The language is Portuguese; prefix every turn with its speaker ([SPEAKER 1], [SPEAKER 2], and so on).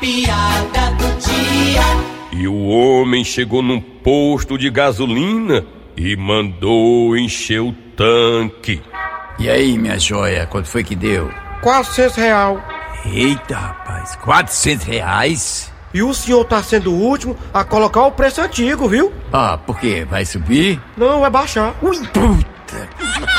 [SPEAKER 1] piada do dia.
[SPEAKER 2] E o homem chegou num posto de gasolina e mandou encher o tanque.
[SPEAKER 3] E aí, minha joia, quanto foi que deu?
[SPEAKER 4] Quatrocentos real.
[SPEAKER 3] Eita, rapaz, 400 reais?
[SPEAKER 4] E o senhor tá sendo o último a colocar o preço antigo, viu?
[SPEAKER 3] Ah, por quê? Vai subir?
[SPEAKER 4] Não, vai baixar.
[SPEAKER 3] Ui, puta!